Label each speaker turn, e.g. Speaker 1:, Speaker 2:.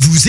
Speaker 1: Vous